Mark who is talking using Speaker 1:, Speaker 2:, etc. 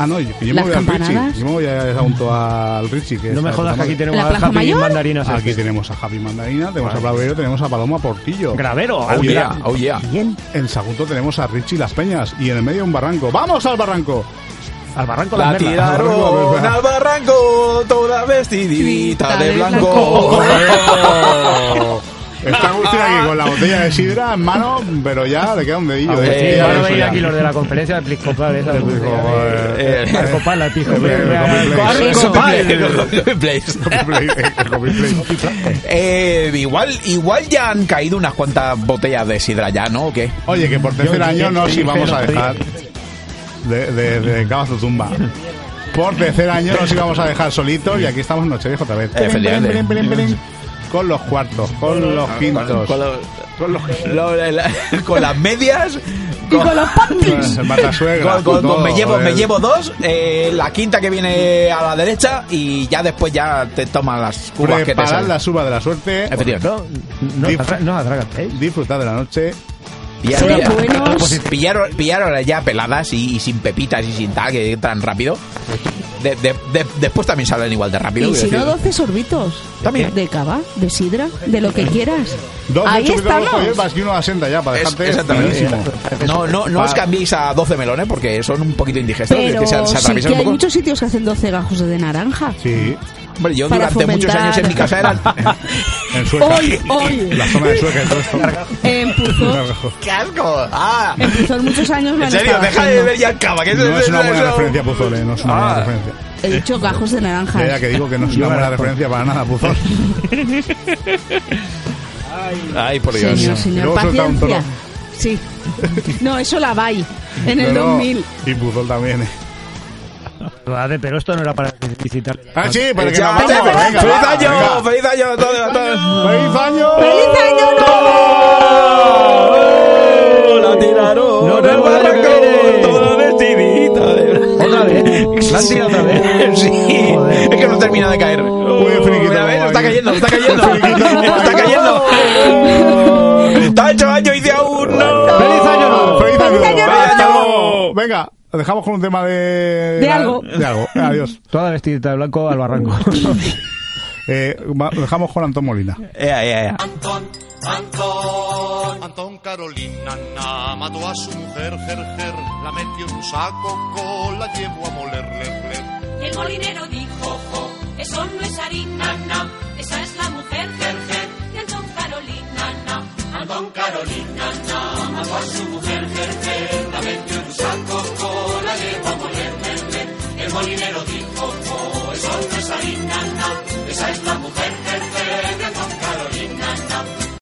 Speaker 1: Ah, no, yo, yo me
Speaker 2: ¿Las
Speaker 1: voy al
Speaker 2: campanadas?
Speaker 1: Richie. Yo me voy a, junto al Richie. Que
Speaker 3: No me
Speaker 1: está
Speaker 3: jodas que aquí
Speaker 1: tocando.
Speaker 3: tenemos
Speaker 2: ¿La
Speaker 3: al
Speaker 2: Plaza
Speaker 3: Happy
Speaker 2: Mayor?
Speaker 3: Mandarinas.
Speaker 1: Aquí
Speaker 3: este.
Speaker 1: tenemos a Javi Mandarina, tenemos a Bravero, tenemos a Paloma Portillo.
Speaker 3: Gravero.
Speaker 4: Oh
Speaker 3: Almira-
Speaker 4: yeah, oh yeah.
Speaker 3: Bien.
Speaker 1: En Sagunto tenemos a Richie Las Peñas y en el medio un barranco. ¡Vamos al barranco!
Speaker 3: Al barranco de
Speaker 4: La
Speaker 3: las merlas.
Speaker 4: tiraron al barranco, toda vestidita de
Speaker 2: De
Speaker 4: blanco.
Speaker 1: Está Agustín aquí con la botella de sidra en mano, pero ya le queda un dedillo.
Speaker 4: Agustín,
Speaker 1: eh,
Speaker 3: Sí,
Speaker 1: ya
Speaker 3: van a
Speaker 1: eso
Speaker 3: venir
Speaker 1: ya.
Speaker 3: aquí los de la conferencia del Piscopal. Esa
Speaker 1: Del Piscopal, eh,
Speaker 3: El Piscopal, el Piscopal.
Speaker 1: eh,
Speaker 3: El
Speaker 1: Comic Place.
Speaker 3: Piscopal.
Speaker 4: Place.
Speaker 1: Place.
Speaker 4: Eh, igual, igual ya han caído unas cuantas botellas de sidra ya, ¿no? ¿O qué?
Speaker 1: Oye, que por tercer
Speaker 3: Yo
Speaker 1: año
Speaker 3: dije-
Speaker 1: nos
Speaker 3: dije
Speaker 1: íbamos a
Speaker 3: lo que
Speaker 1: dejar de, de, de Cava tu tumba. Por tercer año nos íbamos a dejar solitos y aquí estamos Nochevieja otra vez.
Speaker 4: Eh, Efectivamente.
Speaker 1: Pelín, pelín, pelín, pelín. Con los cuartos, con los
Speaker 4: Con,
Speaker 1: quintos.
Speaker 4: con los- lo- la- la- con las medias. con-
Speaker 1: El matasuegra.
Speaker 4: con- con-
Speaker 1: todo,
Speaker 4: con me, llevo, me
Speaker 1: joder.
Speaker 4: llevo dos, eh, la quinta que viene a la derecha y ya después ya te tomas las cubas que te
Speaker 1: Preparad
Speaker 4: salen.
Speaker 1: la suba de la suerte.
Speaker 4: Efectivamente.
Speaker 3: No, no, atra- no atragantéis.
Speaker 1: Disfrutad de la noche.
Speaker 4: Y ya-
Speaker 2: Son
Speaker 4: ya-
Speaker 2: buenos.
Speaker 4: pues, pillaron, pillaron ya peladas y, y sin pepitas y sin tal, que tan rápido. De- de- de- después también salen igual de rápido.
Speaker 2: Y
Speaker 4: quiero
Speaker 2: si no,
Speaker 4: decir.
Speaker 2: 12 sorbitos.
Speaker 4: También.
Speaker 2: De cava, de sidra, de lo que quieras.
Speaker 1: Dos
Speaker 2: Ahí estamos.
Speaker 1: llevas y uno asenta ya para
Speaker 4: Es-
Speaker 1: dejarte
Speaker 4: exactamente.
Speaker 1: finísimo.
Speaker 4: No, no, no
Speaker 1: Pa-
Speaker 4: os cambiéis a 12 melones porque son un poquito indigestos.
Speaker 2: Pero
Speaker 4: que se, se
Speaker 2: sí
Speaker 4: atraviesan
Speaker 2: que
Speaker 4: un
Speaker 2: hay
Speaker 4: poco.
Speaker 2: muchos sitios que hacen 12 gajos de naranja.
Speaker 1: Sí,
Speaker 4: Hombre, yo
Speaker 2: para
Speaker 4: durante muchos
Speaker 2: fomentar-
Speaker 4: años en mi casa eran.
Speaker 1: en Sueca.
Speaker 2: Hoy, hoy.
Speaker 1: La zona de Sueca. todo esto.
Speaker 2: En Puzón,
Speaker 4: ¡Qué asco! ¡Ah!
Speaker 2: en Puzón muchos años me
Speaker 4: En
Speaker 2: han
Speaker 4: serio,
Speaker 2: estado
Speaker 4: deja de
Speaker 2: haciendo.
Speaker 4: beber ya el cava. Que
Speaker 1: No
Speaker 4: eso-
Speaker 1: es una buena
Speaker 4: eso-
Speaker 1: referencia, Puzol, eh, no es una buena
Speaker 4: Ah.
Speaker 1: referencia.
Speaker 2: He dicho gajos de naranja.
Speaker 1: Ya, ya que digo que no es
Speaker 3: Yo
Speaker 1: una buena
Speaker 3: era-
Speaker 1: referencia para nada, Puzol.
Speaker 4: Ay, por Dios.
Speaker 2: Señor,
Speaker 1: Y
Speaker 2: señor,
Speaker 1: luego suelta un
Speaker 2: paciencia.
Speaker 1: toro.
Speaker 2: Sí. No, eso la vai. En el
Speaker 1: No, no,
Speaker 2: 2000.
Speaker 1: Y Puzol también. eh.
Speaker 3: Vale, Pero esto no era para visitar.
Speaker 1: Ah, sí, para que
Speaker 4: Ya,
Speaker 1: nos vamos.
Speaker 4: ya,
Speaker 1: venga,
Speaker 4: ¡Feliz
Speaker 1: va,
Speaker 4: año!
Speaker 1: venga.
Speaker 4: ¡Feliz año a todos! a todos.
Speaker 1: ¡Feliz año!
Speaker 4: ¡Oh!
Speaker 2: ¡Feliz año
Speaker 4: Oh, La
Speaker 3: No,
Speaker 4: tiraron
Speaker 3: no,
Speaker 4: al
Speaker 3: no, no,
Speaker 4: barranco,
Speaker 3: no, no.
Speaker 4: toda vestidita de-
Speaker 3: Otra vez. La han tirado otra vez.
Speaker 4: Sí, es que no termina de caer.
Speaker 1: friquito,
Speaker 4: Mira, a ver,
Speaker 1: guay.
Speaker 4: está cayendo, está cayendo,
Speaker 1: Friquito,
Speaker 4: está cayendo. Está hecho año y día uno.
Speaker 3: ¡Feliz año nuevo!
Speaker 1: ¡Feliz año!
Speaker 2: ¡Feliz año
Speaker 4: nuevo!
Speaker 1: Venga, lo dejamos con un tema de...
Speaker 2: De algo.
Speaker 1: De algo. Adiós.
Speaker 3: Toda vestidita de blanco al barranco.
Speaker 1: Eh, va- lo dejamos con Antón Molina.
Speaker 4: Ya, ya, ya.
Speaker 5: Antón, Antón. Antón Carolina na, mató a su mujer, Ger, Ger. La metió en un saco, con la llevó a moler, ler, ler.
Speaker 6: Y el molinero dijo, jo, eso no es harina, na, esa es la mujer, ger, ger, de Antón Carolina, na, Antón Carolina, na, mató a su mujer, ger, ger, la metió en un saco, jo, la llevó a moler, ler, ler. Y el molinero dijo, jo, eso no es harina, na, esa es la mujer, ger, ger,